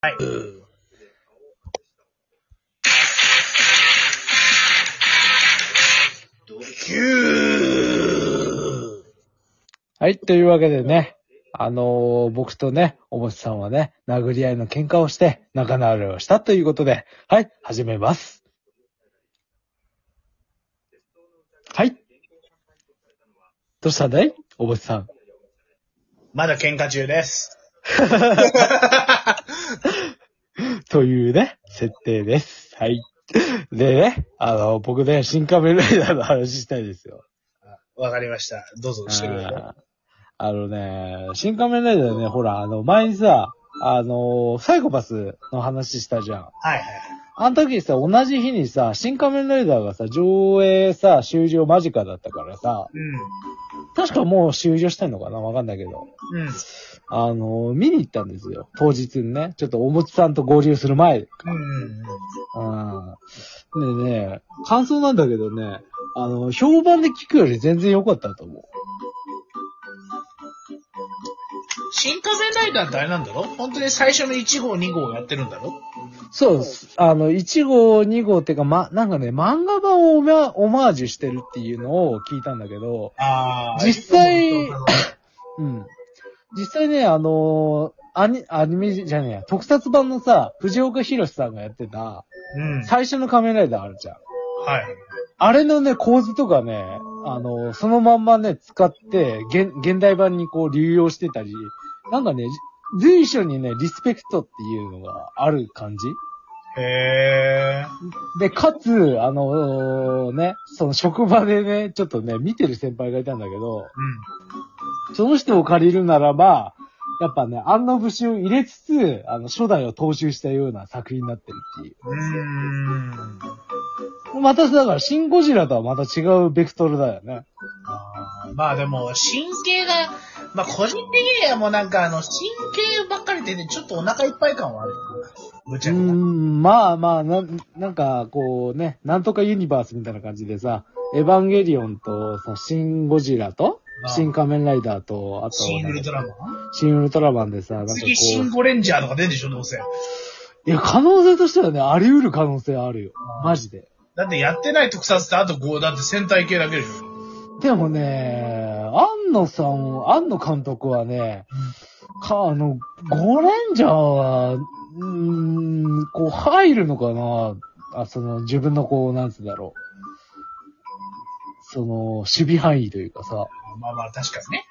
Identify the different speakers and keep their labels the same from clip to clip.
Speaker 1: はい。はい、というわけでね、あのー僕とね、おぼしさんはね、殴り合いの喧嘩をして、仲直りをしたということで、はい、始めます。はい。どうしたんだいおぼしさん。
Speaker 2: まだ喧嘩中です。
Speaker 1: というね、設定です。はい。でね、あの、僕ね、新仮面ライダーの話したいですよ。
Speaker 2: わかりました。どうぞしてください。
Speaker 1: あーあのね、新仮面ライダーね、ほら、あの、前にさ、あの、サイコパスの話したじゃん。
Speaker 2: はいはい。
Speaker 1: あの時さ、同じ日にさ、新仮面ライダーがさ、上映さ、終了間近だったからさ、確かもう終了してんのかなわかんないけど。
Speaker 2: うん。うん。
Speaker 1: あの、見に行ったんですよ。当日にね。ちょっとおもちさんと合流する前
Speaker 2: うん。
Speaker 1: うん。でね、感想なんだけどね、あの、評判で聞くより全然良かったと思う。
Speaker 2: 新仮面ライダーってあれなんだろ本当に最初の1号、2号をやってるんだろ
Speaker 1: そうです。あの、1号、2号っていうか、ま、なんかね、漫画版をオマオマージュしてるっていうのを聞いたんだけど、
Speaker 2: あ
Speaker 1: ー実際うん。実際ね、あのアニ、アニメじゃねえや、特撮版のさ、藤岡弘さんがやってた、
Speaker 2: うん。はい。
Speaker 1: 最初の仮面ライダーあるじゃん。あれのね、構図とかね、あの、そのまんまね、使って、現、現代版にこう流用してたり、なんかね、随所にね、リスペクトっていうのがある感じ
Speaker 2: へ
Speaker 1: で、かつ、あのね、その職場でね、ちょっとね、見てる先輩がいたんだけど、その人を借りるならば、やっぱね、あんな節を入れつつ、あの、初代を踏襲したような作品になってるっていう。
Speaker 2: ー。うん。うーん。
Speaker 1: また、だから、シン・ゴジラとはまた違うベクトルだよね。
Speaker 2: あーまあでも、神経が、まあ個人的にはもうなんかあの、神経ばっかりでね、ちょっとお腹いっぱい感はある。むち
Speaker 1: う
Speaker 2: ゃ
Speaker 1: ー
Speaker 2: くちゃ。
Speaker 1: ん、まあまあ、なん、なんか、こうね、なんとかユニバースみたいな感じでさ、エヴァンゲリオンと、さ、シン・ゴジラと、
Speaker 2: あ
Speaker 1: シン・仮面ライダーと、あと、
Speaker 2: シン・ウルトラマン
Speaker 1: シン・ウルトラマンでさ、なんかこ
Speaker 2: 次、シン・
Speaker 1: う、
Speaker 2: ゴレンジャーとか出るでしょ、どうせ。
Speaker 1: いや、可能性としてはね、あり得る可能性あるよ。マジで。
Speaker 2: だってやってない特撮ってあと5、だって戦隊系だけでしょ。
Speaker 1: でもね、庵野さん、庵野監督はね、か、あの、ゴレンジャーは、うーん、こう、入るのかなあ、その、自分のこう、なんつうんだろう。その、守備範囲というかさ、
Speaker 2: まあまあ確かにね。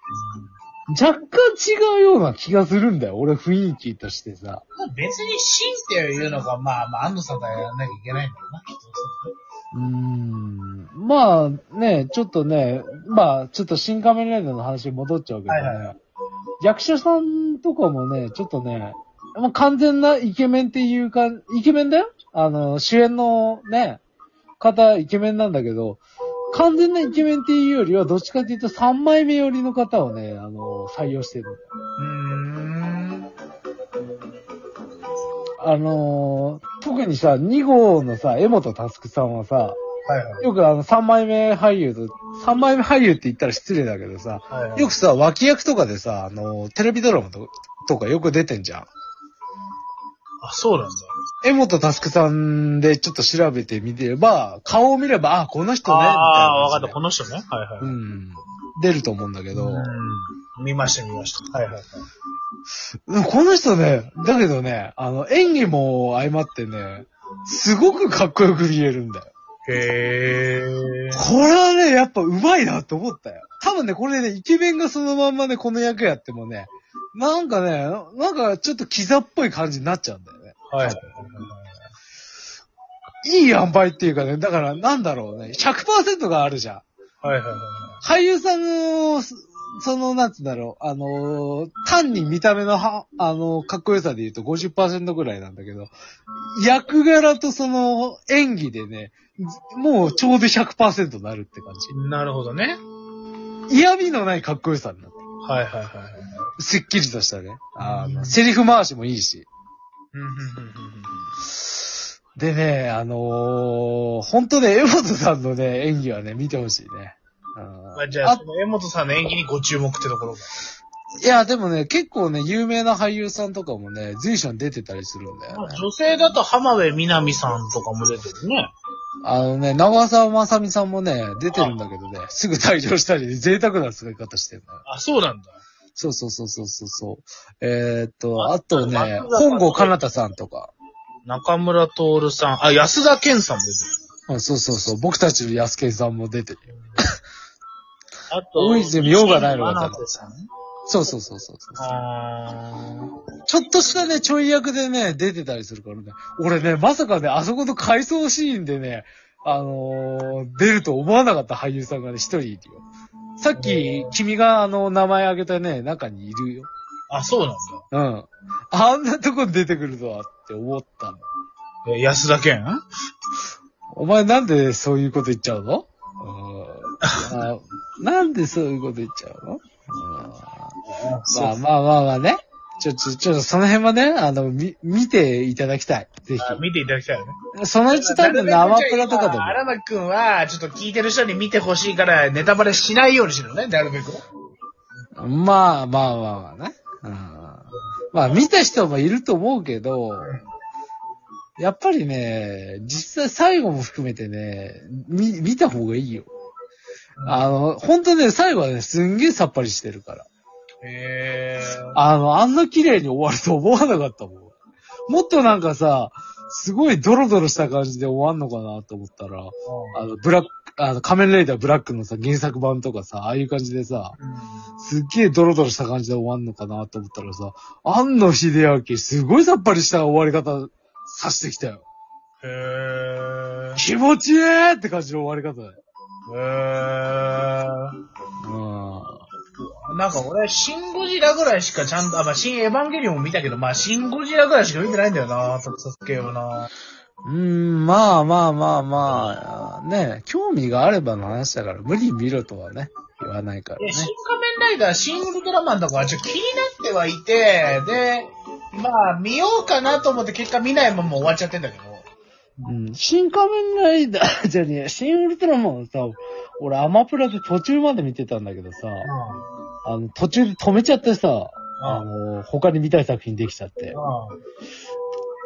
Speaker 1: 若干違うような気がするんだよ。俺、雰囲気としてさ。
Speaker 2: 別にシンっていうのが、まあまあ、安野さんがやらなきゃいけないんだろうな、きっと
Speaker 1: うーん。まあ、ね、ちょっとね、まあ、ちょっと新仮面ライダーの話に戻っちゃうけどね。
Speaker 2: はいは
Speaker 1: 役者さんとかもね、ちょっとね、もう完全なイケメンっていうか、イケメンだよあの、主演のね、方、イケメンなんだけど、完全なイケメンっていうよりは、どっちかっていうと3枚目寄りの方をね、あの、採用してる。あのー特にさ、2号のさ、江本佑さんはさ、
Speaker 2: はいはい。
Speaker 1: よくあの、3枚目俳優と、3枚目俳優って言ったら失礼だけどさ、
Speaker 2: はいはい、
Speaker 1: よくさ、脇役とかでさ、あのーテレビドラマととかよく出てんじゃん。
Speaker 2: あ、そうなんだ。
Speaker 1: 江本佑さんでちょっと調べてみてれば、顔を見れば、あ、この人ね、みたいな
Speaker 2: ああ、わか
Speaker 1: 感
Speaker 2: っ
Speaker 1: じ
Speaker 2: た。
Speaker 1: で
Speaker 2: この人ね。はいはい。
Speaker 1: うん。出ると思うんだけど、
Speaker 2: うん見ました、見ました。はいはい。
Speaker 1: うんこの人ね、だけどね、あの、演技も相まってね、すごくかっこよく見えるんだよ。
Speaker 2: へえ。
Speaker 1: これはね、やっぱ上手いなって思ったよ。多分ね、これね、イケメンがそのまんまね、この役やってもね、なんかね、ななんかちょっとキザっぽい感じになっちゃうんだよね。
Speaker 2: はい。
Speaker 1: いい塩梅っていうかね、だからなんだろうね、100%があるじゃん。
Speaker 2: はいはいはい。
Speaker 1: 俳優さんの、そその、なんつうんだろう、あのー、単に見た目のは、あのー、かっこよさで言うと50%ぐらいなんだけど、役柄とその演技でね、ずもうちょうど100%なるって感
Speaker 2: なるほどね。
Speaker 1: じ。嫌味のないかっこよさになってる
Speaker 2: はいはいはい。
Speaker 1: すっきりとしたね。あ
Speaker 2: う
Speaker 1: の、
Speaker 2: ん
Speaker 1: セリフ回しもいいし。
Speaker 2: うんうんうんうん
Speaker 1: でね、あのー、本当ね、江本さんのね、演技はね、見てほしいね。うん
Speaker 2: まあじゃあ、
Speaker 1: あ
Speaker 2: その江本さんの演技にご注目ってところが。
Speaker 1: いや、でもね、結構ね、有名な俳優さんとかもね、随所に出てたりするんだよね。
Speaker 2: 女性だと浜辺美波さんとかも出てるね。
Speaker 1: あのね、長澤まさみさんもね、出てるんだけどね、すぐ退場したり、贅沢な使い方してるのよ。
Speaker 2: あ、そうなんだ。
Speaker 1: そうそうそうそうそうそう。えー、っと、あと
Speaker 2: あ
Speaker 1: ね
Speaker 2: あ、
Speaker 1: 本郷かなたさんとか。
Speaker 2: 中村徹さん。あ、安田健さんも出てる。
Speaker 1: あそうそうそう、僕たちの安健さんも出てるよ。
Speaker 2: あと、
Speaker 1: 大泉洋がないのかな
Speaker 2: 真瀬さん
Speaker 1: そうそうそうそうそう。
Speaker 2: あ
Speaker 1: ちょっとしたね、ちょい役でね、出てたりするからね。俺ね、まさかね、あそこの回想シーンでね、あのー出ると思わなかった俳優さんがね、一人いるよ。さっき、君があの、名前挙げたね、中にいるよ。
Speaker 2: ーあ、そうなん
Speaker 1: うん。あんなとこに出てくるとはって思ったの。
Speaker 2: だ。え安田健
Speaker 1: お前なんでそういうこと言っちゃうのうんあなんでそういうこと言っちゃうのうんまあまあまあまあね。ちょ、ちょ、ちょ、その辺はね、あの、み、見ていただきたい。ぜひ。
Speaker 2: あ見ていただきたいよね。
Speaker 1: そのうち多分生プラとかでも
Speaker 2: まあ。荒牧くんは、ちょっと聞いてる人に見てほしいから、ネタバレしないようにしろね、なるべく。
Speaker 1: まあまあまあまあね。うん、まあ見た人もいると思うけど、やっぱりね、実際最後も含めてね、見、見た方がいいよ。あの、本当ね、最後はね、すんげえさっぱりしてるから。
Speaker 2: へ
Speaker 1: あの、あんな綺麗に終わると思わなかったもん。もっとなんかさ、すごいドロドロした感じで終わんのかなと思ったら、あの、ブラック、あの、仮面ライダーブラックのさ、原作版とかさ、ああいう感じでさ、すっげえドロドロした感じで終わんのかなと思ったらさ、庵野秀明、すごいさっぱりした終わり方さしてきたよ。
Speaker 2: へー。
Speaker 1: 気持ちいいって感じの終わり方だよ。
Speaker 2: へー。
Speaker 1: う
Speaker 2: なんか俺、シン・ゴジラぐらいしかちゃんと、あ、まあ、シン・エヴァンゲリオンも見たけど、まあ、シン・ゴジラぐらいしか見てないんだよな、特撮系はな。
Speaker 1: ん。うん、まあまあまあまあ、ね、興味があればの話だから、無理見ろとはね、言わないから
Speaker 2: い
Speaker 1: ね
Speaker 2: や、。シン・仮面ライダー、シン・ウルトラマンとかはちょっと気になってはいて、で、まあ、見ようかなと思って結果見ないまま終わっちゃってんだけど。
Speaker 1: うん、新仮面ライダーじゃねえ、新ウルトラマンさ、俺アマプラで途中まで見てたんだけどさ、あの、途中で止めちゃってさ、あの、他に見たい作品できちゃって。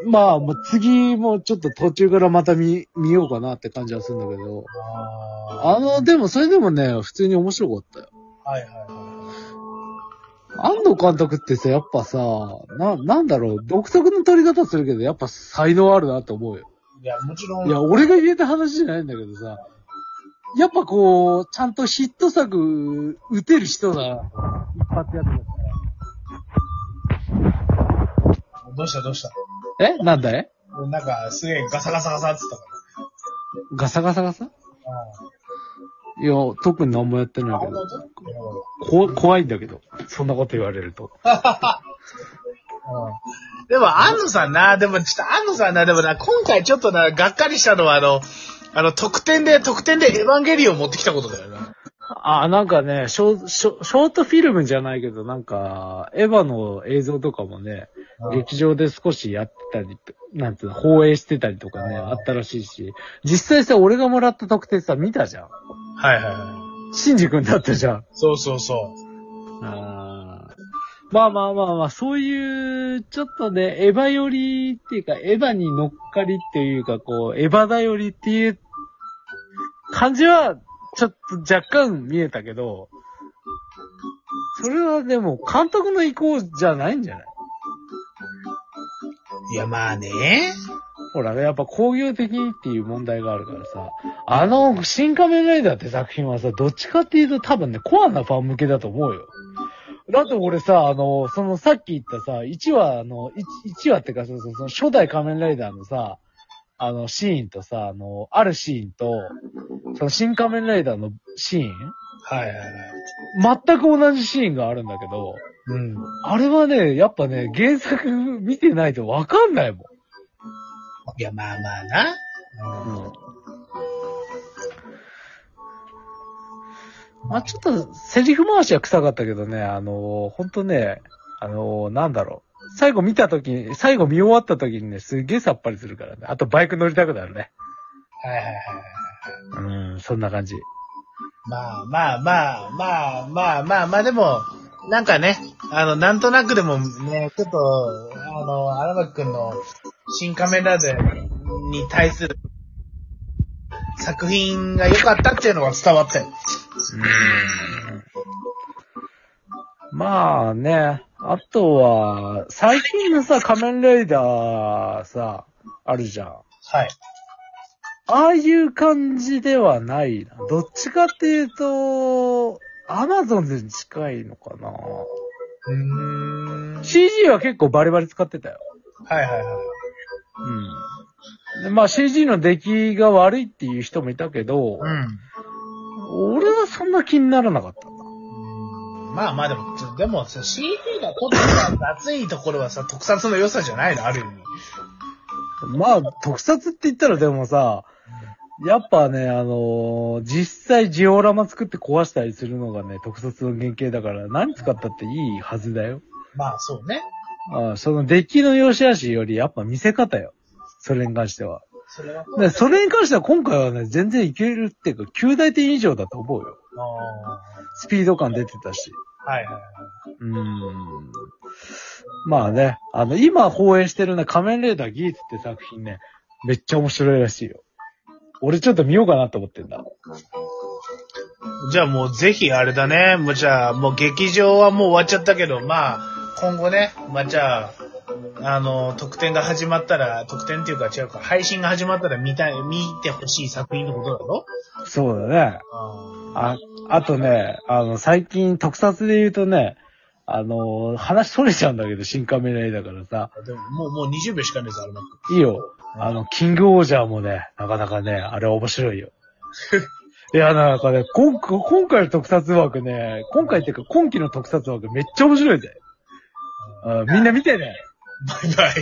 Speaker 1: まあ、もう次もちょっと途中からまた見、見ようかなって感じはするんだけど。あ
Speaker 2: の、
Speaker 1: の、でもそれでもね、普通に面白かったよ。
Speaker 2: はいはいは
Speaker 1: 安藤監督ってさ、やっぱさ、な、なんだろう、独特の撮り方するけど、やっぱ才能あるなと思うよ。
Speaker 2: い。いや、もちろん。
Speaker 1: いや、俺が言えた話じゃないんだけどさ、やっぱこう、ちゃんとヒット作、打てる人が、一発やって
Speaker 2: どうしたどうした
Speaker 1: た。えなんだい
Speaker 2: なんか、すげえガサガサガサって言っ
Speaker 1: ガサガサガサ
Speaker 2: たから。
Speaker 1: いや、特に何もやって
Speaker 2: あ
Speaker 1: ない
Speaker 2: あ、
Speaker 1: け
Speaker 2: 本
Speaker 1: ど。
Speaker 2: 当にうん
Speaker 1: こ、怖いんだけど。そんなこと言われると。
Speaker 2: うんでも、安野さんな、でも、ちょっと安野さんな、でもな、今回ちょっとな、がっかりしたのは、あの、あの、特典で、特典でエヴァンゲリオン持ってきたことだよな。
Speaker 1: あ、なんかね、ショショショートフィルムじゃないけど、なんか、エヴァの映像とかもね、劇場で少しやってたり、なんつうの、放映してたりとかね、
Speaker 2: うん
Speaker 1: あったらしいし、実際さ、俺がもらった特典さ、見たじゃん。
Speaker 2: はいはいはい。
Speaker 1: シンジ君だったじゃん。
Speaker 2: そうそうそ。
Speaker 1: あーまあまあまあまあ、そういう、ちょっとね、エヴァ寄りっていうか、エヴァに乗っかりっていうか、こう、エヴァだよりっていう感じは、ちょっと若干見えたけど、それはでも、監督の意向じゃないんじゃないう
Speaker 2: いや、まあね。
Speaker 1: ほらね、やっぱ工業的にっていう問題があるからさ、あの、新仮面ライダーって作品はさ、どっちかっていうと多分ね、コアなファン向けだと思うよ。だって俺さ、あの、そのさっき言ったさ、1話、あの、1, 話ってか、そうそう、その初代仮面ライダーのさ、あの、シーンとさ、あの、あるシーンと、その新仮面ライダーのシーン
Speaker 2: はいはいはい。
Speaker 1: 全く同じシーンがあるんだけど、
Speaker 2: うん。
Speaker 1: あれはね、やっぱね、原作見てないとわかんないもん。
Speaker 2: いや、まあまあな。うん
Speaker 1: まあちょっと、セリフ回しは臭かったけどね、あのー、ほんとね、あのー、なんだろう。最後見たときに、最後見終わったときにね、すげえさっぱりするからね。あとバイク乗りたくなるね。
Speaker 2: はいはいはい。
Speaker 1: うん、そんな感じ。
Speaker 2: まあまあまあ、まあまあまあまあ、でも、なんかね、あの、なんとなくでもね、ちょっと、あの、荒牧くんの新仮面ライダーに対する作品が良かったっていうのは伝わったよ。
Speaker 1: まあね、あとは、最近のさ、仮面ライダーさ、あるじゃん。
Speaker 2: はい。
Speaker 1: ああいう感じではないな。どっちかっていうと、アマゾンズに近いのかな。
Speaker 2: うーん。はい
Speaker 1: CG は結構バリバリ使ってたよ。
Speaker 2: はいはい。
Speaker 1: うん。でまあ CG の出来が悪いっていう人もいたけど、
Speaker 2: うん。
Speaker 1: 俺はそんな気にならなかった。
Speaker 2: まあまあでも、ちょでもさ、CD が撮ってた熱いところはさ、特撮の良さじゃないの、ある意味。
Speaker 1: まあ、特撮って言ったらでもさ、やっぱね、あのー実際ジオラマ作って壊したりするのがね、特撮の原型だから、何使ったっていいはずだよ。
Speaker 2: まあそうね。
Speaker 1: ああそのデッキの良し悪しより、やっぱ見せ方よ。それに関しては。
Speaker 2: それはそう
Speaker 1: で、それに関しては今回はね、全然いけるっていうか、9大点以上だと思うよ。
Speaker 2: あー
Speaker 1: スピード感出てたし。
Speaker 2: はいはいはい。
Speaker 1: うーん。まあね、あの、今放映してるね、仮面ライダーギーツって作品ね、めっちゃ面白いらしいよ。俺ちょっと見ようかなと思ってんだ。
Speaker 2: じゃあもうぜひあれだね。もうじゃあもう劇場はもう終わっちゃったけど、まあ今後ね、まあじゃあ、あの、特典が始まったら、特典っていうか違うか、配信が始まったら見たい、見てほしい作品のことだろ
Speaker 1: そうだね。あ、あとね、あの、最近特撮で言うとね、あの話それちゃうんだけど、新仮面ライダーからさ、
Speaker 2: あでももうもう20秒しかねえぞ、アルマック。
Speaker 1: いいよ。あの、キングオージャーもね、なかなかね、あれ面白いよ。いや、なんかね、今今回の特撮枠ね、今回っていうか今期の特撮枠めっちゃ面白いぜ。あみんな見てね。
Speaker 2: バイバイ。